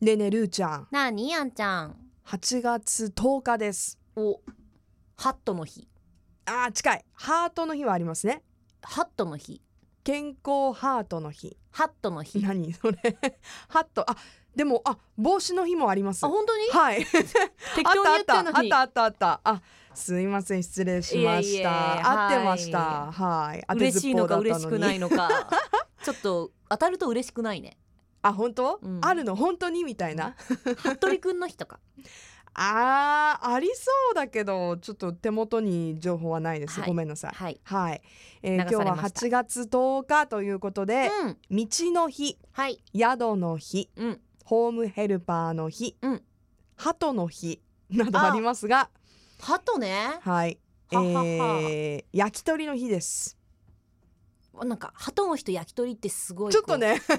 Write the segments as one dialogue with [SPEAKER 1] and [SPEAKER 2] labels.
[SPEAKER 1] でねるーちゃん
[SPEAKER 2] なあにあんちゃん
[SPEAKER 1] 8月10日です
[SPEAKER 2] おハットの日
[SPEAKER 1] あー近いハートの日はありますね
[SPEAKER 2] ハットの日
[SPEAKER 1] 健康ハートの日
[SPEAKER 2] ハットの日あ
[SPEAKER 1] 何それ ハットあでもあ帽子の日もあります
[SPEAKER 2] 本当に
[SPEAKER 1] はい
[SPEAKER 2] 適
[SPEAKER 1] あ
[SPEAKER 2] 当に言っ
[SPEAKER 1] ってたあっ
[SPEAKER 2] ん
[SPEAKER 1] た
[SPEAKER 2] の
[SPEAKER 1] あっ
[SPEAKER 2] に
[SPEAKER 1] たあったあったあすいません失礼しま
[SPEAKER 2] いえ
[SPEAKER 1] し
[SPEAKER 2] いえ
[SPEAKER 1] た合ってました
[SPEAKER 2] は
[SPEAKER 1] はい当て
[SPEAKER 2] 嬉
[SPEAKER 1] ず
[SPEAKER 2] し
[SPEAKER 1] っ
[SPEAKER 2] い
[SPEAKER 1] ぽ
[SPEAKER 2] の
[SPEAKER 1] うだ
[SPEAKER 2] か
[SPEAKER 1] った
[SPEAKER 2] 嬉しくない
[SPEAKER 1] に
[SPEAKER 2] のか ちょっと当たると嬉しくないね
[SPEAKER 1] あ本当、
[SPEAKER 2] うん
[SPEAKER 1] あるの本当にみたいな
[SPEAKER 2] 服部くんの日とか
[SPEAKER 1] あーありそうだけどちょっと手元に情報はないです、
[SPEAKER 2] はい
[SPEAKER 1] ごめんなさい
[SPEAKER 2] はい
[SPEAKER 1] はい、えー今
[SPEAKER 2] 流さ
[SPEAKER 1] 日
[SPEAKER 2] れました
[SPEAKER 1] は8月10日ということで、
[SPEAKER 2] うん
[SPEAKER 1] 道の日
[SPEAKER 2] はい
[SPEAKER 1] 宿の日
[SPEAKER 2] うん
[SPEAKER 1] ホームヘルパーの日、
[SPEAKER 2] うん
[SPEAKER 1] 鳩の日 などありますが
[SPEAKER 2] ハトね
[SPEAKER 1] はい
[SPEAKER 2] ははは
[SPEAKER 1] えー焼き鳥の日です
[SPEAKER 2] なんかハトの人焼き鳥ってすごい
[SPEAKER 1] ちょっとね
[SPEAKER 2] こ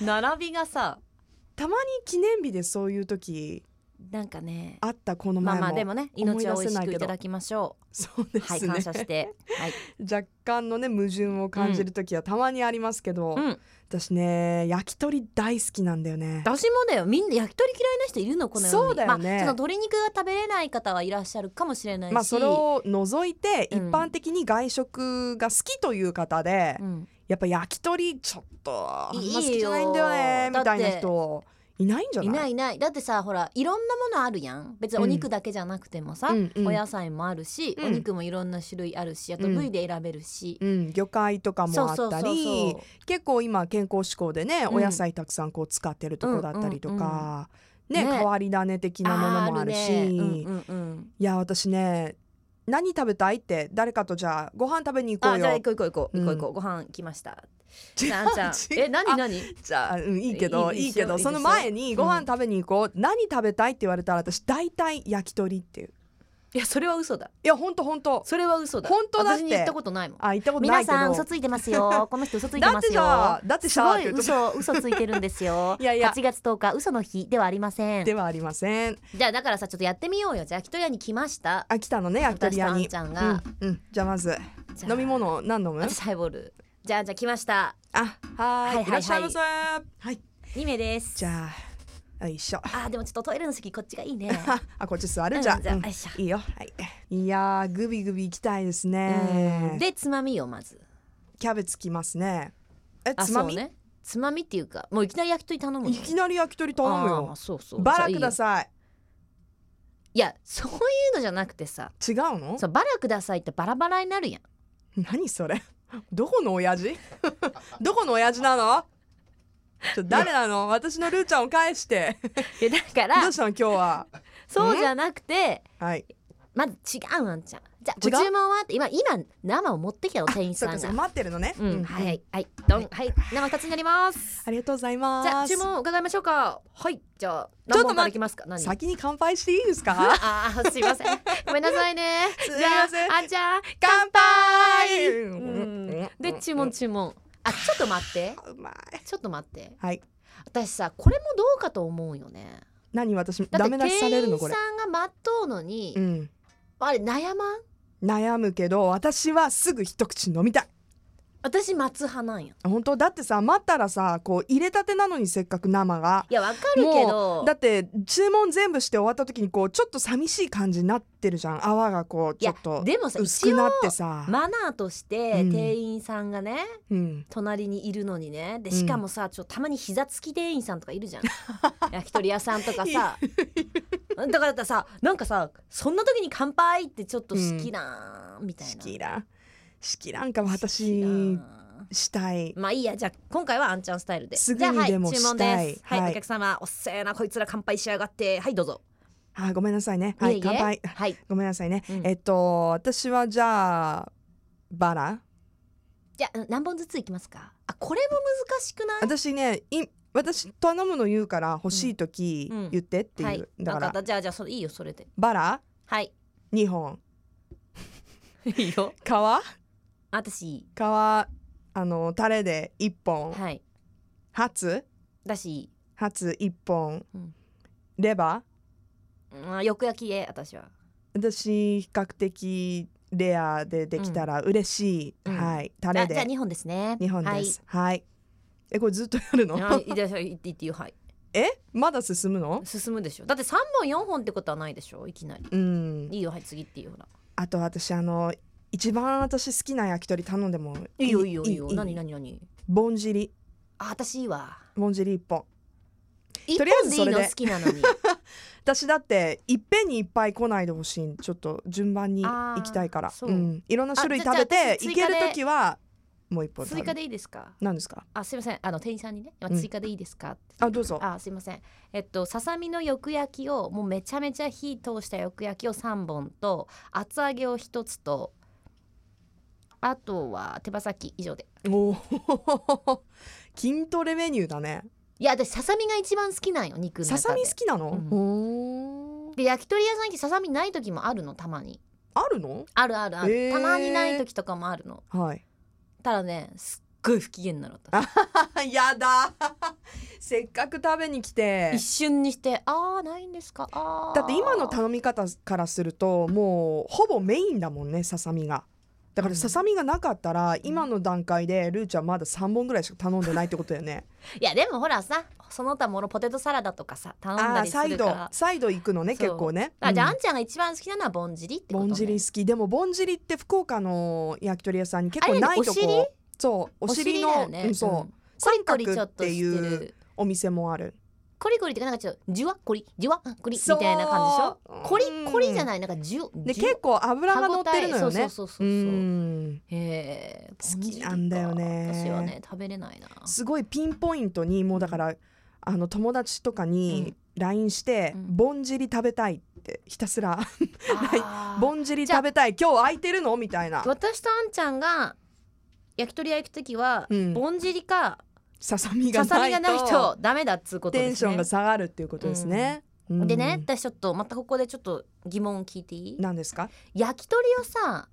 [SPEAKER 2] う並びがさ
[SPEAKER 1] たまに記念日でそういう時
[SPEAKER 2] なんかね
[SPEAKER 1] あったこの
[SPEAKER 2] まあ
[SPEAKER 1] 前も、
[SPEAKER 2] まあでもね
[SPEAKER 1] 思い出せない
[SPEAKER 2] 命を美味し
[SPEAKER 1] け
[SPEAKER 2] く
[SPEAKER 1] ど
[SPEAKER 2] いただきましょ
[SPEAKER 1] そう
[SPEAKER 2] う
[SPEAKER 1] で
[SPEAKER 2] はい
[SPEAKER 1] すね、
[SPEAKER 2] 感謝してはい
[SPEAKER 1] 若干のね矛盾を感じる時はたまにありますけど、
[SPEAKER 2] うん
[SPEAKER 1] 私ね焼き鳥大好きなんだよね
[SPEAKER 2] 私もだよみんな焼き鳥嫌いな人いるのこの世に
[SPEAKER 1] そうだよね
[SPEAKER 2] まあ、その鶏肉が食べれない方はいらっしゃるかもしれないし、
[SPEAKER 1] まあそれを除いて一
[SPEAKER 2] うん
[SPEAKER 1] 般的に外食が好きという方で、
[SPEAKER 2] うん
[SPEAKER 1] やっぱ焼き鳥ちょっとあんま
[SPEAKER 2] いいよ
[SPEAKER 1] 好きじゃないんだよねみたいな
[SPEAKER 2] だって
[SPEAKER 1] 人いないんじゃない、
[SPEAKER 2] いないいいないだってさほらいろんなものあるやん別にお肉だけじゃなくてもさ、
[SPEAKER 1] うんうん
[SPEAKER 2] お野菜もあるし、
[SPEAKER 1] うん
[SPEAKER 2] お肉もいろんな種類あるしあと
[SPEAKER 1] うん
[SPEAKER 2] 部位で選べるし、
[SPEAKER 1] うん、魚介とかも
[SPEAKER 2] そう
[SPEAKER 1] あ
[SPEAKER 2] そう
[SPEAKER 1] ったり
[SPEAKER 2] そうそ
[SPEAKER 1] 結構今健康志向でね、
[SPEAKER 2] うん
[SPEAKER 1] お野菜たくさんこう使ってるとこだったりとか、
[SPEAKER 2] うんうん
[SPEAKER 1] ね
[SPEAKER 2] ね
[SPEAKER 1] 変わり種的
[SPEAKER 2] う
[SPEAKER 1] なものもあるし
[SPEAKER 2] ーねうんうんうん
[SPEAKER 1] いや私ね何食べたいって誰かとじゃあご飯食べに行こ
[SPEAKER 2] あ
[SPEAKER 1] う
[SPEAKER 2] じゃあ行
[SPEAKER 1] よ
[SPEAKER 2] こう行こう行こう
[SPEAKER 1] うん
[SPEAKER 2] 行こう行こうご飯来ました
[SPEAKER 1] 違う
[SPEAKER 2] なんちゃん
[SPEAKER 1] 違う
[SPEAKER 2] え何
[SPEAKER 1] あ
[SPEAKER 2] 何
[SPEAKER 1] じゃあ、うん、いいけど
[SPEAKER 2] いい
[SPEAKER 1] いい
[SPEAKER 2] いいです
[SPEAKER 1] け
[SPEAKER 2] よ
[SPEAKER 1] ど
[SPEAKER 2] いいです
[SPEAKER 1] そ
[SPEAKER 2] よ
[SPEAKER 1] の前にご飯食べに行こう、何食べたいって言われたら私大体焼き鳥っていう
[SPEAKER 2] いやそれは嘘だ
[SPEAKER 1] いやほんとほんと
[SPEAKER 2] それは嘘だ
[SPEAKER 1] 本当だって
[SPEAKER 2] 私に言ったことないもん
[SPEAKER 1] あ行ったことな
[SPEAKER 2] 皆
[SPEAKER 1] いけど
[SPEAKER 2] さん嘘ついてますよこの人嘘ついて
[SPEAKER 1] だっ
[SPEAKER 2] ま
[SPEAKER 1] て
[SPEAKER 2] す
[SPEAKER 1] さ
[SPEAKER 2] よ
[SPEAKER 1] だって
[SPEAKER 2] す
[SPEAKER 1] さ
[SPEAKER 2] ごい嘘嘘ついてるんです よ
[SPEAKER 1] いやいや
[SPEAKER 2] 8月10日嘘の日ではありません
[SPEAKER 1] ではありません
[SPEAKER 2] じゃあだからさちょっとやってみようよじゃあ焼き鳥屋に来ました
[SPEAKER 1] あ来たのね焼き鳥屋に
[SPEAKER 2] 私とあんちゃんが
[SPEAKER 1] うん、うん、じゃあまず
[SPEAKER 2] じゃあ
[SPEAKER 1] 飲み物何飲む
[SPEAKER 2] 私ハイボールじゃあじゃあ来ました
[SPEAKER 1] あはーい,、
[SPEAKER 2] はいいはいはい
[SPEAKER 1] らっしゃいませはい
[SPEAKER 2] 2名です
[SPEAKER 1] じゃあよいしょ
[SPEAKER 2] あーでもちょっとトイレの席こっちがいいね
[SPEAKER 1] あこっち座るじゃあ,、
[SPEAKER 2] うんじゃあ
[SPEAKER 1] うん
[SPEAKER 2] よいしょ
[SPEAKER 1] いいよはいいやーグビグビ行きたいですね
[SPEAKER 2] でつまみよまず
[SPEAKER 1] キャベツきますねえ
[SPEAKER 2] あ
[SPEAKER 1] つまみ、
[SPEAKER 2] そうねつまみっていうかもういきなり焼き鳥頼むの
[SPEAKER 1] いきなり焼き鳥頼む
[SPEAKER 2] あー
[SPEAKER 1] よ
[SPEAKER 2] そうそう
[SPEAKER 1] バラください
[SPEAKER 2] いやそういうのじゃなくてさ
[SPEAKER 1] 違うの
[SPEAKER 2] そうバラくださいってバラバラになるやん
[SPEAKER 1] 何それ どこの親父 どこの親父なのちょ誰なの私のルーちゃんを返 して
[SPEAKER 2] いやだか
[SPEAKER 1] ど
[SPEAKER 2] ら
[SPEAKER 1] うしたの今日は
[SPEAKER 2] そうじゃなくて
[SPEAKER 1] はい
[SPEAKER 2] まず違うあんちゃんじゃあ
[SPEAKER 1] 違
[SPEAKER 2] ご
[SPEAKER 1] う
[SPEAKER 2] 注文はって今今生を持ってきたの店員
[SPEAKER 1] そっ
[SPEAKER 2] さ
[SPEAKER 1] か
[SPEAKER 2] ん
[SPEAKER 1] そっ
[SPEAKER 2] が
[SPEAKER 1] か待ってるのね、
[SPEAKER 2] うん、はいはいはいどんはい生2つになります
[SPEAKER 1] ありがとうございま
[SPEAKER 2] じゃあ
[SPEAKER 1] す
[SPEAKER 2] 注文伺いましょうかはいじゃあ
[SPEAKER 1] ちょっ
[SPEAKER 2] 何
[SPEAKER 1] と待っ
[SPEAKER 2] 本からいきますか何
[SPEAKER 1] 先に乾杯していいですか
[SPEAKER 2] ああすいませんごめんなさいね
[SPEAKER 1] すい
[SPEAKER 2] じゃ
[SPEAKER 1] ません
[SPEAKER 2] ああんちゃん
[SPEAKER 1] 乾杯
[SPEAKER 2] うんで注文注文あちょっと待って
[SPEAKER 1] うまい
[SPEAKER 2] ちょっと待って
[SPEAKER 1] はい
[SPEAKER 2] 私さこれもどうかと思うよね
[SPEAKER 1] 何私
[SPEAKER 2] だ
[SPEAKER 1] ダ
[SPEAKER 2] って
[SPEAKER 1] メ出しされ
[SPEAKER 2] 店
[SPEAKER 1] るの
[SPEAKER 2] 員
[SPEAKER 1] これ
[SPEAKER 2] さんが待っとうのに、
[SPEAKER 1] うん
[SPEAKER 2] あれ悩まん
[SPEAKER 1] 悩むけど私はすぐ一口飲みたい
[SPEAKER 2] 私待つ派なんよ
[SPEAKER 1] 本当だってさ待ったらさこう入れたてなのにせっかく生が
[SPEAKER 2] いやわかるけ
[SPEAKER 1] う
[SPEAKER 2] ど
[SPEAKER 1] だって注文全部して終わった時にこうちょっと寂しい感じになってるじゃん泡がこう
[SPEAKER 2] い
[SPEAKER 1] ちょ
[SPEAKER 2] や
[SPEAKER 1] っと
[SPEAKER 2] でもさ
[SPEAKER 1] 薄く
[SPEAKER 2] 一
[SPEAKER 1] な
[SPEAKER 2] 応
[SPEAKER 1] ってさ、
[SPEAKER 2] マナーとして
[SPEAKER 1] うん
[SPEAKER 2] 店員さんがね、
[SPEAKER 1] うん、
[SPEAKER 2] 隣にいるのにねで
[SPEAKER 1] うん
[SPEAKER 2] しかもさちょっとたまに膝つき店員さんとか いるじゃん焼き鳥屋さんとかさだからだってさなんかさそんな時に乾杯ってちょっと好きなみたい
[SPEAKER 1] し
[SPEAKER 2] な
[SPEAKER 1] きらんしきらんか
[SPEAKER 2] 好き
[SPEAKER 1] 私
[SPEAKER 2] な
[SPEAKER 1] したい
[SPEAKER 2] まあいいやじゃあ今回はあんちゃんスタイルです
[SPEAKER 1] ぐに
[SPEAKER 2] じゃあはい
[SPEAKER 1] でも
[SPEAKER 2] 注文
[SPEAKER 1] したい
[SPEAKER 2] ですはい、
[SPEAKER 1] はい
[SPEAKER 2] お客様おっせえなこいつら乾杯しやがってはいどうぞ
[SPEAKER 1] あごめんなさいねはい
[SPEAKER 2] ええ
[SPEAKER 1] 乾杯
[SPEAKER 2] はい
[SPEAKER 1] ごめんなさいね、
[SPEAKER 2] うん
[SPEAKER 1] えっと私はじゃあバラ
[SPEAKER 2] じゃあ何本ずついきますかあこれも難しくない
[SPEAKER 1] 私ねい私頼むの言うから欲しい時
[SPEAKER 2] うん
[SPEAKER 1] 言ってっていう、
[SPEAKER 2] はい
[SPEAKER 1] だか
[SPEAKER 2] わ
[SPEAKER 1] ら
[SPEAKER 2] ったじゃあじゃあそれいいよそれで
[SPEAKER 1] バラ
[SPEAKER 2] はい
[SPEAKER 1] 2本
[SPEAKER 2] いいよ
[SPEAKER 1] 皮
[SPEAKER 2] 私
[SPEAKER 1] 皮あのタレで1本、
[SPEAKER 2] はい
[SPEAKER 1] ハツ
[SPEAKER 2] だし、
[SPEAKER 1] ハツ1本、
[SPEAKER 2] うん
[SPEAKER 1] レバ
[SPEAKER 2] うん、よく焼きで私は
[SPEAKER 1] ー私比較的レアでできたら嬉しい、
[SPEAKER 2] うん
[SPEAKER 1] はいタ
[SPEAKER 2] じ
[SPEAKER 1] レ
[SPEAKER 2] ゃあじゃあ
[SPEAKER 1] で
[SPEAKER 2] 2本ですね
[SPEAKER 1] 2本ですはい、えこれずっとやるの、
[SPEAKER 2] はい、はい、いいですいいっていいってよはい
[SPEAKER 1] えまだ進むの
[SPEAKER 2] 進むでしょだって三本四本ってことはないでしょいきなり
[SPEAKER 1] うん
[SPEAKER 2] いいよはい次っていうほら
[SPEAKER 1] あと私あの一番私好きな焼き鳥頼んでも
[SPEAKER 2] いいよいいよいいよ何何何
[SPEAKER 1] ぼんじり
[SPEAKER 2] あ私いいわ
[SPEAKER 1] ぼんじり一本
[SPEAKER 2] 一
[SPEAKER 1] と
[SPEAKER 2] 本
[SPEAKER 1] りあえず
[SPEAKER 2] でいい
[SPEAKER 1] それで
[SPEAKER 2] の好きなのに
[SPEAKER 1] 私だっていっぺんにいっぱい来ないでほしいちょっと順番に行きたいから
[SPEAKER 2] あー
[SPEAKER 1] う、、
[SPEAKER 2] そうん
[SPEAKER 1] いろんな種類
[SPEAKER 2] あじゃ
[SPEAKER 1] 食
[SPEAKER 2] あ
[SPEAKER 1] べて
[SPEAKER 2] じゃあ
[SPEAKER 1] 行
[SPEAKER 2] 追
[SPEAKER 1] け
[SPEAKER 2] 加
[SPEAKER 1] る
[SPEAKER 2] で
[SPEAKER 1] 時はもう一本食べ
[SPEAKER 2] 追加でいいですか
[SPEAKER 1] 何ですか
[SPEAKER 2] あすいませんあの店員さんにね今
[SPEAKER 1] うん
[SPEAKER 2] 追加でいいですか、って
[SPEAKER 1] あどうぞ
[SPEAKER 2] あすいませんえっとささみのよく焼きをもうめちゃめちゃ火通したよく焼きを3本と厚揚げを1つとあとは手羽先以上で
[SPEAKER 1] おお 筋トレメニューだね
[SPEAKER 2] いや私ささみが一番好きなんよ肉の中
[SPEAKER 1] さ
[SPEAKER 2] で
[SPEAKER 1] さみ好きなの、
[SPEAKER 2] うん
[SPEAKER 1] ほー
[SPEAKER 2] で焼き鳥屋さん行ってささみない時もあるのたまに
[SPEAKER 1] あるの
[SPEAKER 2] あるあるある、
[SPEAKER 1] へー
[SPEAKER 2] たまにない時とかもあるの
[SPEAKER 1] はい
[SPEAKER 2] ただねすっごい不機嫌なの私
[SPEAKER 1] あや だせっかく食べに来て
[SPEAKER 2] 一瞬にしてあーないんですかあー
[SPEAKER 1] だって今の頼み方からするともうほぼメインだもんねささみがだか
[SPEAKER 2] う
[SPEAKER 1] ら
[SPEAKER 2] ん
[SPEAKER 1] ささみがなかったら今の段階でルーちゃんまだ3本ぐらいしか頼んでないってことだよね
[SPEAKER 2] いやでもほらさその他ものポテトサラダとかさ 頼ん
[SPEAKER 1] あ
[SPEAKER 2] だ
[SPEAKER 1] あ
[SPEAKER 2] り
[SPEAKER 1] サ
[SPEAKER 2] す
[SPEAKER 1] イ
[SPEAKER 2] るか
[SPEAKER 1] ド
[SPEAKER 2] ら
[SPEAKER 1] サイド行くのね
[SPEAKER 2] そう
[SPEAKER 1] 結構ね
[SPEAKER 2] あじゃあ、
[SPEAKER 1] う
[SPEAKER 2] あんちゃんが一番好きなのはぼんじりっ
[SPEAKER 1] ん
[SPEAKER 2] てこと、
[SPEAKER 1] ぼ
[SPEAKER 2] ね、
[SPEAKER 1] んじり好きでもぼんじりって福岡の焼き鳥屋さんに結構ないと
[SPEAKER 2] あれ何お
[SPEAKER 1] こそうお尻
[SPEAKER 2] だ
[SPEAKER 1] の
[SPEAKER 2] よね
[SPEAKER 1] うんそう、
[SPEAKER 2] んコ
[SPEAKER 1] 三
[SPEAKER 2] リコリち
[SPEAKER 1] 角
[SPEAKER 2] ょ
[SPEAKER 1] っ
[SPEAKER 2] っと
[SPEAKER 1] て
[SPEAKER 2] して
[SPEAKER 1] いう
[SPEAKER 2] る
[SPEAKER 1] お店もある
[SPEAKER 2] コリコリってかなんかちょっとじゅわっこりじゅわっこりみ
[SPEAKER 1] そう
[SPEAKER 2] たいな感じでしょ
[SPEAKER 1] うん
[SPEAKER 2] コリコリじゃないなんかじゅ
[SPEAKER 1] で
[SPEAKER 2] じゅ
[SPEAKER 1] 結構油が乗ってるのよ
[SPEAKER 2] 歯応え
[SPEAKER 1] ね
[SPEAKER 2] そうそうそ
[SPEAKER 1] う
[SPEAKER 2] うそう、
[SPEAKER 1] ん
[SPEAKER 2] へえ
[SPEAKER 1] 好きなんだよね
[SPEAKER 2] 私はね食べれないな
[SPEAKER 1] すごいピンポイントにもうだからあの友達とかに LINE して、
[SPEAKER 2] うん
[SPEAKER 1] ぼんじり食べたいってひたすら
[SPEAKER 2] あー
[SPEAKER 1] ぼんじり食べたい今日空いてるのみたいな
[SPEAKER 2] 私とあんちゃんが焼き鳥屋行く時は、
[SPEAKER 1] うん
[SPEAKER 2] ぼんじりか
[SPEAKER 1] ささみが
[SPEAKER 2] ささみがな
[SPEAKER 1] ないい
[SPEAKER 2] と
[SPEAKER 1] と
[SPEAKER 2] ダメだっつうこと
[SPEAKER 1] テ
[SPEAKER 2] で
[SPEAKER 1] ン
[SPEAKER 2] す
[SPEAKER 1] ション
[SPEAKER 2] ね
[SPEAKER 1] が下がるっていうことですね。うん
[SPEAKER 2] でね私ちょっとまたここでちょっと疑問聞いていい
[SPEAKER 1] 何ですか
[SPEAKER 2] 焼き鳥をさ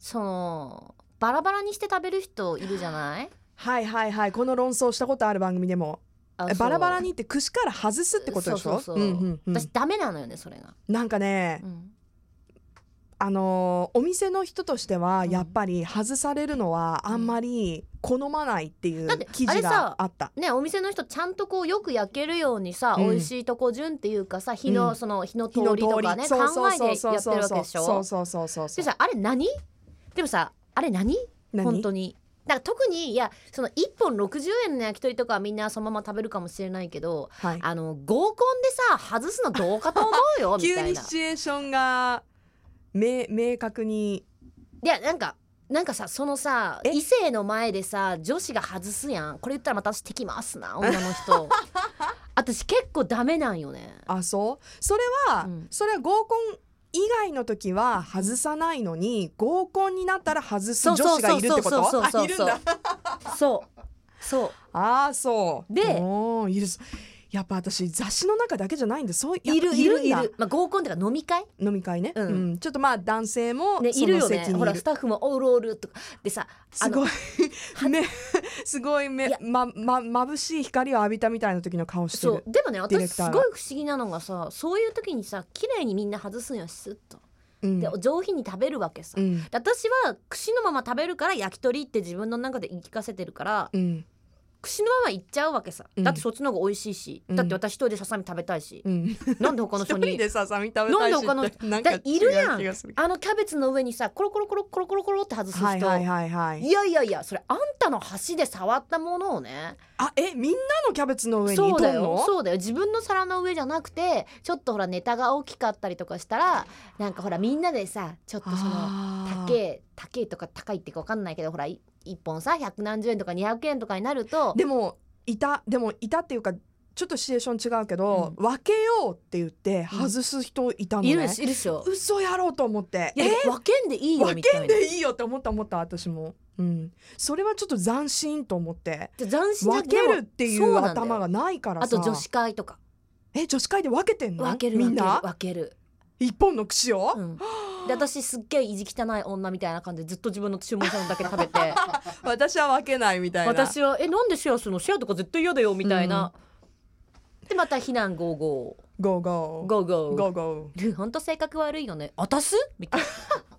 [SPEAKER 2] そのバラバラにして食べる人いるじゃない
[SPEAKER 1] はいはいはいこの論争したことある番組でも
[SPEAKER 2] あ
[SPEAKER 1] え
[SPEAKER 2] そう
[SPEAKER 1] バラバラにって串から外すってことでしょ
[SPEAKER 2] そうそうそうん
[SPEAKER 1] んうん
[SPEAKER 2] 私ダメなのよねそれが、
[SPEAKER 1] なんかね
[SPEAKER 2] うん
[SPEAKER 1] あのーお店の人としては
[SPEAKER 2] うん
[SPEAKER 1] やっぱり外されるのはあんまり好まないっていう
[SPEAKER 2] だって
[SPEAKER 1] 記
[SPEAKER 2] あれ
[SPEAKER 1] 事
[SPEAKER 2] さ
[SPEAKER 1] があった。
[SPEAKER 2] ね、お店の人ちゃんとこうよく焼けるようにさ、
[SPEAKER 1] うん
[SPEAKER 2] 美味しいとこ順っていうかさ日の、
[SPEAKER 1] うん
[SPEAKER 2] その日の通
[SPEAKER 1] 火の
[SPEAKER 2] りとかね考
[SPEAKER 1] そうそう
[SPEAKER 2] えて
[SPEAKER 1] そうそう
[SPEAKER 2] やってるわけでし
[SPEAKER 1] そ
[SPEAKER 2] ょ
[SPEAKER 1] うそうそうそうそ
[SPEAKER 2] で
[SPEAKER 1] う
[SPEAKER 2] さあれ何でもさあれ何
[SPEAKER 1] 何
[SPEAKER 2] 本当にだから特にいやその1本60円の焼き鳥とかはみんなそのまま食べるかもしれないけど
[SPEAKER 1] はい
[SPEAKER 2] あの合コンでさ外すのどうかと思 うよみ
[SPEAKER 1] 急
[SPEAKER 2] たい
[SPEAKER 1] に
[SPEAKER 2] な
[SPEAKER 1] シチュエーションが明明確に
[SPEAKER 2] いやなんかなんかさそのさ
[SPEAKER 1] え
[SPEAKER 2] 異性の前でさ女子が外すやんこれ言ったらまた私敵回すな女 の人私結構ダメなんよね
[SPEAKER 1] あそうそれは、
[SPEAKER 2] うん
[SPEAKER 1] それは合コン以外の時は外さないのに合コンになったら外す
[SPEAKER 2] そう
[SPEAKER 1] 女
[SPEAKER 2] そう
[SPEAKER 1] 子がいるってこ
[SPEAKER 2] そうそうそうそう
[SPEAKER 1] とあいるんだ
[SPEAKER 2] そうそう
[SPEAKER 1] ああそう
[SPEAKER 2] で
[SPEAKER 1] おーいるすやっぱ私雑誌の中だけじゃないんでそうやっ
[SPEAKER 2] い
[SPEAKER 1] ぱ
[SPEAKER 2] るいるい
[SPEAKER 1] んだ
[SPEAKER 2] る、まあ、合コンってか飲み会
[SPEAKER 1] 飲み会ね、
[SPEAKER 2] うん
[SPEAKER 1] うんちょっとまあ男性も
[SPEAKER 2] ねい
[SPEAKER 1] そ
[SPEAKER 2] る
[SPEAKER 1] の
[SPEAKER 2] よ
[SPEAKER 1] 席にい
[SPEAKER 2] ね
[SPEAKER 1] る,、
[SPEAKER 2] ほらスタッフもオールオールとかでさ
[SPEAKER 1] す
[SPEAKER 2] あの
[SPEAKER 1] ごい 目すごい目
[SPEAKER 2] いや
[SPEAKER 1] まま眩しい光を浴びたみたいな時の顔して
[SPEAKER 2] そう
[SPEAKER 1] る
[SPEAKER 2] でもね
[SPEAKER 1] ディレク
[SPEAKER 2] 私す
[SPEAKER 1] ター
[SPEAKER 2] ごい
[SPEAKER 1] が
[SPEAKER 2] 不思議なのがさそういう時にさ綺麗にみんな外すんよスッと
[SPEAKER 1] うん
[SPEAKER 2] で上品に食べるわけさ、
[SPEAKER 1] うん
[SPEAKER 2] で私は串のまま食べるから焼き鳥って自分の中で言い聞かせてるから
[SPEAKER 1] うん
[SPEAKER 2] 串のままいっちゃうわけさ、
[SPEAKER 1] うん
[SPEAKER 2] だってそっちの方が美味しいし、
[SPEAKER 1] うん
[SPEAKER 2] だって私一人でささみ食べたいし、
[SPEAKER 1] うん
[SPEAKER 2] なんで他の
[SPEAKER 1] 一
[SPEAKER 2] 人
[SPEAKER 1] 人
[SPEAKER 2] に
[SPEAKER 1] でささみ食べたいし
[SPEAKER 2] なんで他の
[SPEAKER 1] ってなんか
[SPEAKER 2] だいるやん
[SPEAKER 1] 違う気がする
[SPEAKER 2] あのキャベツの上にさコロコロコロコロコロコロって外す人、
[SPEAKER 1] はいいはいはいはい
[SPEAKER 2] やいやいやそれあんたの箸で触ったものをね
[SPEAKER 1] あえみんなのキャベツの上に
[SPEAKER 2] そうだ
[SPEAKER 1] どん
[SPEAKER 2] よ
[SPEAKER 1] の
[SPEAKER 2] そうだよ自分の皿の上じゃなくてちょっとほらネタが大きかったりとかしたらなんかほらみんなでさちょっとその
[SPEAKER 1] あー
[SPEAKER 2] 高え高えとか高いっていうか分かんないけどほらい一本さ百何十円とか200円とかになると
[SPEAKER 1] でもいたでもいたっていうかちょっとシチュエーション違うけど、分けようって言って外す人いたのね、
[SPEAKER 2] いるでしいるでしょ
[SPEAKER 1] 嘘やろうと思って
[SPEAKER 2] いや分けんでいいよ
[SPEAKER 1] 分
[SPEAKER 2] みた
[SPEAKER 1] け
[SPEAKER 2] い
[SPEAKER 1] ん
[SPEAKER 2] な
[SPEAKER 1] でいいよって思った思った私も、うん、それはちょっと斬新と思って
[SPEAKER 2] で斬新だ
[SPEAKER 1] 分けるってい
[SPEAKER 2] でもそうなんだよ
[SPEAKER 1] 頭がないからさ
[SPEAKER 2] あと女子会とか
[SPEAKER 1] え女子会で分けてんの
[SPEAKER 2] 分ける
[SPEAKER 1] み
[SPEAKER 2] 分
[SPEAKER 1] ん
[SPEAKER 2] ける
[SPEAKER 1] な
[SPEAKER 2] 分ける、
[SPEAKER 1] 一本の串を、
[SPEAKER 2] うん、で私すっげえ意地汚い女みたいな感じでずっと自分の注文したのだけ食べて
[SPEAKER 1] 私は分けないみたいな
[SPEAKER 2] 私は「えなんでシェアするのシェアとか絶対嫌だよ」みたいな、でまた「非難ゴーゴ
[SPEAKER 1] ゴー
[SPEAKER 2] ー
[SPEAKER 1] ゴ
[SPEAKER 2] ゴーゴ
[SPEAKER 1] ー
[SPEAKER 2] ー
[SPEAKER 1] ゴーゴー
[SPEAKER 2] ほんと性格悪いよね。あたすみたいな。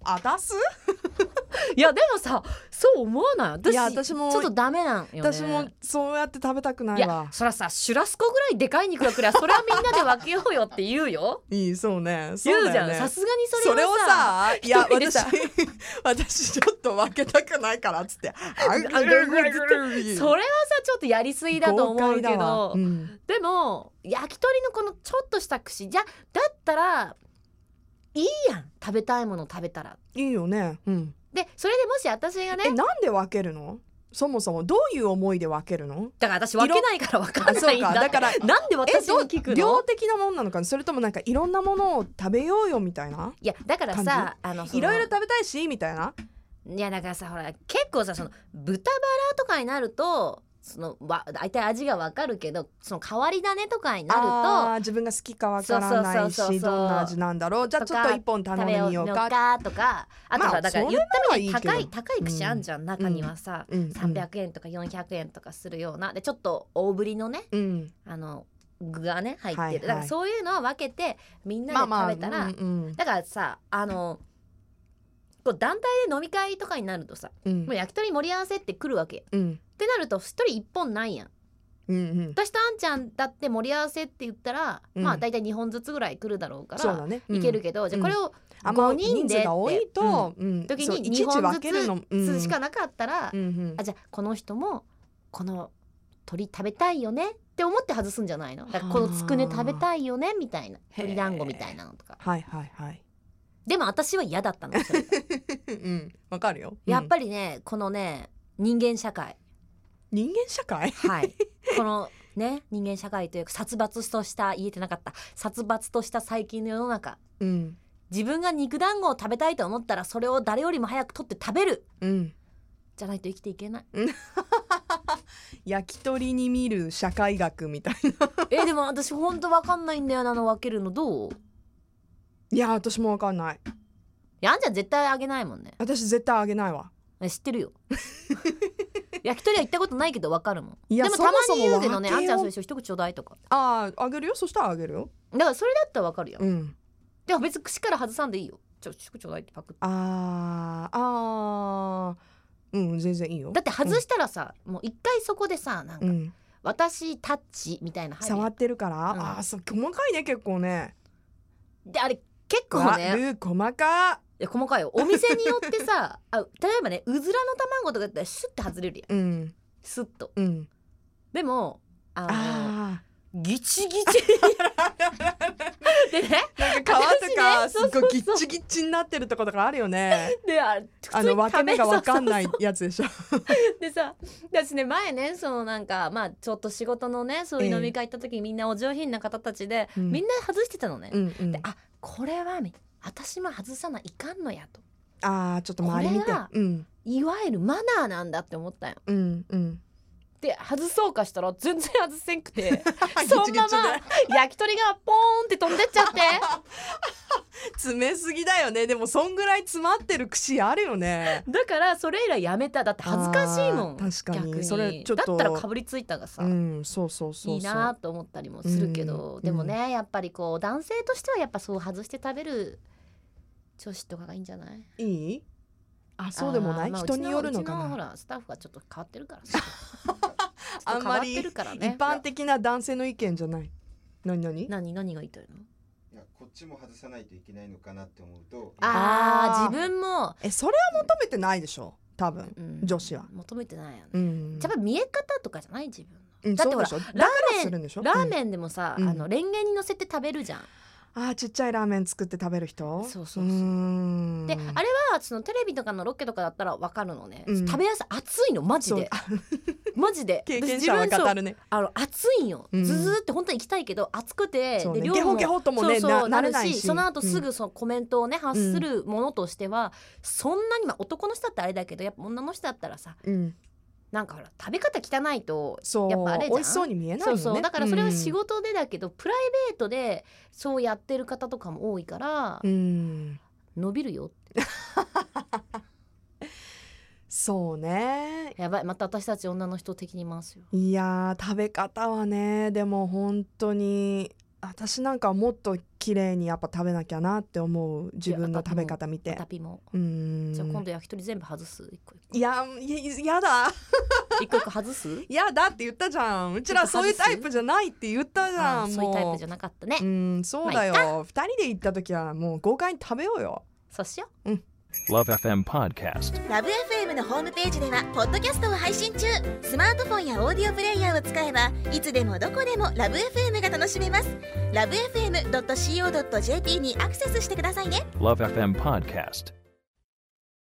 [SPEAKER 1] あたす
[SPEAKER 2] いやでもさそう思わない私
[SPEAKER 1] いや私も
[SPEAKER 2] ちょっとダメなんよね
[SPEAKER 1] 私もそうやって食べたくない
[SPEAKER 2] や
[SPEAKER 1] いわ
[SPEAKER 2] そらさシュラスコぐらいでかい肉がくりゃそれはみんなで分けようよって言うよ
[SPEAKER 1] いいそうね そ
[SPEAKER 2] 言う
[SPEAKER 1] う
[SPEAKER 2] じ
[SPEAKER 1] だよ
[SPEAKER 2] ゃん
[SPEAKER 1] ね
[SPEAKER 2] さすがにそ
[SPEAKER 1] そ
[SPEAKER 2] れ
[SPEAKER 1] れを
[SPEAKER 2] はさ
[SPEAKER 1] さいや
[SPEAKER 2] 一人で
[SPEAKER 1] 私
[SPEAKER 2] さ
[SPEAKER 1] 私ちょっと分けたくないからっつってあ
[SPEAKER 2] ぐるぐるぐそれはさちょっとやりすぎだと思う
[SPEAKER 1] 豪快
[SPEAKER 2] け
[SPEAKER 1] だわ
[SPEAKER 2] ど、
[SPEAKER 1] うん
[SPEAKER 2] でも焼き鳥のこのちょっとした串じゃだったらいいやん食べたいもの食べたら
[SPEAKER 1] いいよね、うん、
[SPEAKER 2] でそれでもし私が
[SPEAKER 1] え
[SPEAKER 2] ね
[SPEAKER 1] なんで分けるのそもそもどういう思いで分けるの
[SPEAKER 2] だから私分けないから分かん
[SPEAKER 1] あ
[SPEAKER 2] な
[SPEAKER 1] そ
[SPEAKER 2] い
[SPEAKER 1] うん
[SPEAKER 2] だ
[SPEAKER 1] か だから
[SPEAKER 2] なんで私に聞く
[SPEAKER 1] えどう量
[SPEAKER 2] の
[SPEAKER 1] 的なもんなのかなそれともなんかいろんなものを食べようよみたいない
[SPEAKER 2] やだから
[SPEAKER 1] 感
[SPEAKER 2] さあのその
[SPEAKER 1] いろいろ食べたいしみたいない
[SPEAKER 2] やだからさほら結構さその豚バラとかになるとそのわ大体味がわかるけどその変わり種とかになる
[SPEAKER 1] あ
[SPEAKER 2] と
[SPEAKER 1] ー自分が好きかわからない
[SPEAKER 2] そうそうそうそう
[SPEAKER 1] しどんな味なんだろうじゃあち
[SPEAKER 2] とか
[SPEAKER 1] ょっと一本頼ん
[SPEAKER 2] 食べ
[SPEAKER 1] で
[SPEAKER 2] よう
[SPEAKER 1] みようか
[SPEAKER 2] かとかあとさ、
[SPEAKER 1] まあ
[SPEAKER 2] だから
[SPEAKER 1] それ
[SPEAKER 2] 言ったみたい
[SPEAKER 1] なら
[SPEAKER 2] に高
[SPEAKER 1] い
[SPEAKER 2] い
[SPEAKER 1] いけ
[SPEAKER 2] 高い串あんじゃん、中にはさ、
[SPEAKER 1] うんうん
[SPEAKER 2] 300円とか400円とかするようなでちょっと大ぶりのね
[SPEAKER 1] うん
[SPEAKER 2] あの具がね入ってる、
[SPEAKER 1] はいはい
[SPEAKER 2] だからそういうのは分けてみんなで
[SPEAKER 1] まあまあ
[SPEAKER 2] 食べたら、
[SPEAKER 1] うん
[SPEAKER 2] だからさあのこう団体で飲み会とかになるとさ
[SPEAKER 1] うんうん
[SPEAKER 2] もう焼き鳥盛り合わせって来るわけよ
[SPEAKER 1] うん
[SPEAKER 2] ってなると一人一本ないやん
[SPEAKER 1] うんうん
[SPEAKER 2] 私とあんちゃんだって盛り合わせって言ったら、
[SPEAKER 1] うん
[SPEAKER 2] まあ大体2本ずつぐらい来るだろうか
[SPEAKER 1] そうだ
[SPEAKER 2] ら
[SPEAKER 1] ね
[SPEAKER 2] いけるけど、じゃあこれを
[SPEAKER 1] あんま
[SPEAKER 2] 5人
[SPEAKER 1] 人
[SPEAKER 2] でって
[SPEAKER 1] 数が多いとうん
[SPEAKER 2] 時に
[SPEAKER 1] そういち
[SPEAKER 2] 二
[SPEAKER 1] いち
[SPEAKER 2] 本ず
[SPEAKER 1] 分
[SPEAKER 2] つ
[SPEAKER 1] けるのう
[SPEAKER 2] 数
[SPEAKER 1] ん
[SPEAKER 2] しかなかったら、
[SPEAKER 1] うんうん
[SPEAKER 2] あじゃあこの人もこの鳥食べたいよねって思って外すんじゃないのだからこのつくね食べたいよねみたいな
[SPEAKER 1] へー
[SPEAKER 2] 鳥団子みたいなのとか
[SPEAKER 1] はいはいはい
[SPEAKER 2] でも私は嫌だったのそれが
[SPEAKER 1] うんわかるよ
[SPEAKER 2] やっ
[SPEAKER 1] り
[SPEAKER 2] ぱりねこのね人間社会
[SPEAKER 1] 人間社会
[SPEAKER 2] はいこのね人間社会というか殺伐とした言えてなかった殺伐とした最近の世の中
[SPEAKER 1] うん
[SPEAKER 2] 自分が肉団子を食べたいと思ったらそれを誰よりも早く取って食べる
[SPEAKER 1] うん
[SPEAKER 2] じゃないと生きていけない
[SPEAKER 1] 焼き鳥に見る社会学みたいな
[SPEAKER 2] えでも私ほんとわかんないんだよなあの分けるのどう
[SPEAKER 1] いや私もわかんない
[SPEAKER 2] いやあんちゃん絶対あげないもんね
[SPEAKER 1] 私絶対あげないわ
[SPEAKER 2] え知ってるよ焼き鳥は行ったことないけどわかるもん
[SPEAKER 1] いや
[SPEAKER 2] でも
[SPEAKER 1] そ
[SPEAKER 2] た
[SPEAKER 1] も
[SPEAKER 2] ま
[SPEAKER 1] そも
[SPEAKER 2] に言うけどね
[SPEAKER 1] 分
[SPEAKER 2] あ
[SPEAKER 1] け
[SPEAKER 2] ん
[SPEAKER 1] よう
[SPEAKER 2] ちゃんそれ一口ちょうだいとか
[SPEAKER 1] あああげるよそしたらあげるよ
[SPEAKER 2] だからそれだったらわかるよ、
[SPEAKER 1] うん
[SPEAKER 2] でも別に串から外さんでいいよちょ一口ちょうだいってパクって
[SPEAKER 1] あーあーうん全然いいよ
[SPEAKER 2] だって外したらさ、もう一回そこでさなんか、
[SPEAKER 1] うん
[SPEAKER 2] 私タッチみたいな入る
[SPEAKER 1] 触
[SPEAKER 2] やん
[SPEAKER 1] ってるから、
[SPEAKER 2] うん
[SPEAKER 1] ああそう細かいね結構ね
[SPEAKER 2] であれ結構ね
[SPEAKER 1] わルー細か
[SPEAKER 2] いや細かいよお店によってさ あ例えばねうずらの卵とかだったらシュッて外れるやん
[SPEAKER 1] うん
[SPEAKER 2] スッと
[SPEAKER 1] うん
[SPEAKER 2] でもあの
[SPEAKER 1] あ
[SPEAKER 2] ギチギ チでね
[SPEAKER 1] ーなんか皮とか、
[SPEAKER 2] 私
[SPEAKER 1] す
[SPEAKER 2] ね
[SPEAKER 1] っごいギッチギッチになってるとことかあるよ ね
[SPEAKER 2] であれ
[SPEAKER 1] あの分け目が分かん
[SPEAKER 2] い
[SPEAKER 1] ないやつでしょ
[SPEAKER 2] でさ私ね前ねそのなんかまあちょっと仕事のねそういう飲み会行った時、みんなお上品な方たちで、
[SPEAKER 1] うん
[SPEAKER 2] みんな外してたのね、
[SPEAKER 1] うんうん
[SPEAKER 2] であこれはみ私も外さないかんのやと
[SPEAKER 1] あーちょっと周り見
[SPEAKER 2] こ
[SPEAKER 1] て
[SPEAKER 2] れが
[SPEAKER 1] うん
[SPEAKER 2] いわゆるマナーなんだって思ったよ
[SPEAKER 1] うんうん
[SPEAKER 2] で外そうかしたら全然外せんくて
[SPEAKER 1] ギ
[SPEAKER 2] そ
[SPEAKER 1] チ
[SPEAKER 2] ん
[SPEAKER 1] ギ
[SPEAKER 2] な
[SPEAKER 1] チ
[SPEAKER 2] まま焼き鳥がポーンって飛んでっちゃって
[SPEAKER 1] 詰めすぎだよねでもそんぐらい詰まってる串あるよね
[SPEAKER 2] だからそれ以来やめただって恥ずかしいもん
[SPEAKER 1] あー確かに
[SPEAKER 2] 逆に
[SPEAKER 1] それちょっと
[SPEAKER 2] だったらかぶりついたがさ、
[SPEAKER 1] うんそうそうそうそう
[SPEAKER 2] いいなと思ったりもするけど、
[SPEAKER 1] うん
[SPEAKER 2] でもねやっぱりこう男性としてはやっぱそう外して食べる女子とかがいいんじゃない
[SPEAKER 1] いいあそうでもない、
[SPEAKER 2] あーまあ
[SPEAKER 1] 人によるのか
[SPEAKER 2] うちのうちの
[SPEAKER 1] な
[SPEAKER 2] ほらスタッフがちょっと変わってるからさ
[SPEAKER 1] あんまり
[SPEAKER 2] ちょっと変わってるからね
[SPEAKER 1] 一般的な男性の意見じゃない何何
[SPEAKER 2] 何何が言いたいの
[SPEAKER 3] いやこっちも外さないといけないのかなって思うと
[SPEAKER 2] あー
[SPEAKER 1] あー
[SPEAKER 2] 自分も、
[SPEAKER 1] えそれは求めてないでしょ多分
[SPEAKER 2] うん
[SPEAKER 1] 女子は
[SPEAKER 2] 求めてないよね、
[SPEAKER 1] うん
[SPEAKER 2] やっぱ見え方とかじゃない自分
[SPEAKER 1] うん
[SPEAKER 2] だって
[SPEAKER 1] そうでしょ
[SPEAKER 2] のラ
[SPEAKER 1] だから
[SPEAKER 2] ー
[SPEAKER 1] す
[SPEAKER 2] メ
[SPEAKER 1] る
[SPEAKER 2] ン
[SPEAKER 1] んでしょ
[SPEAKER 2] ラーメンでもさ、
[SPEAKER 1] うん
[SPEAKER 2] あのレンゲに乗せて食べるじゃん、
[SPEAKER 1] うんあーちっちゃいラーメン作って食べる人
[SPEAKER 2] そうそうそう
[SPEAKER 1] うーん
[SPEAKER 2] であれはそのテレビとかのロケとかだったらわかるのね、
[SPEAKER 1] うん
[SPEAKER 2] 食べやすい熱いのマジ
[SPEAKER 1] そう
[SPEAKER 2] で マジで
[SPEAKER 1] 経験
[SPEAKER 2] 私自
[SPEAKER 1] 者は
[SPEAKER 2] 分そう
[SPEAKER 1] 語るね
[SPEAKER 2] あの暑いんよ、
[SPEAKER 1] うん
[SPEAKER 2] ズズズって本当に行きたいけど暑くて
[SPEAKER 1] そう
[SPEAKER 2] で
[SPEAKER 1] ねゲホゲホともね
[SPEAKER 2] そうそう
[SPEAKER 1] な
[SPEAKER 2] な
[SPEAKER 1] なれ
[SPEAKER 2] る
[SPEAKER 1] ない
[SPEAKER 2] し
[SPEAKER 1] し
[SPEAKER 2] その後すぐそのコメントをね、発するものとしてはそんなに、まあ、男の人だってあれだけどやっぱ女の人だったらさ
[SPEAKER 1] うん
[SPEAKER 2] なんかほら食べ方汚いと
[SPEAKER 1] そう
[SPEAKER 2] やっぱあれじゃん
[SPEAKER 1] 美味しそうに見えないよ
[SPEAKER 2] そ
[SPEAKER 1] ね
[SPEAKER 2] うそうだからそれは仕
[SPEAKER 1] 事
[SPEAKER 2] 事でだけど、プライベートでそうやってる方とかも多いから、
[SPEAKER 1] うん
[SPEAKER 2] 伸びるよ
[SPEAKER 1] そうね
[SPEAKER 2] やばいまた私たち女の人的にいますよ
[SPEAKER 1] いやー食べ方はねでも本当に私なんかはもっと綺麗にやっぱ食べなきゃなって思う自分の食べ方見て
[SPEAKER 2] タピも
[SPEAKER 1] うーん
[SPEAKER 2] じゃあ今度焼き鳥全部外す一個一
[SPEAKER 1] いやいやだ
[SPEAKER 2] 個一個一個外す
[SPEAKER 1] いやだって言ったじゃんうちらそういうタイプじゃないって言ったじゃ
[SPEAKER 2] あー
[SPEAKER 1] ん
[SPEAKER 2] そうい
[SPEAKER 1] も
[SPEAKER 2] うタイプ
[SPEAKER 1] う
[SPEAKER 2] じゃなかったね、
[SPEAKER 1] うんそうだよ二人で行った時はもう豪快に食べようよ
[SPEAKER 2] そうしよ
[SPEAKER 4] Love FM Podcast.
[SPEAKER 5] ラブ f m のホームページではポッドキャストを配信中スマートフォンやオーディオプレイヤーを使えばいつでもどこでもラブ f m が楽しめますラブ FM.co.jp にアクセスしてくださいね
[SPEAKER 4] Love FM Podcast.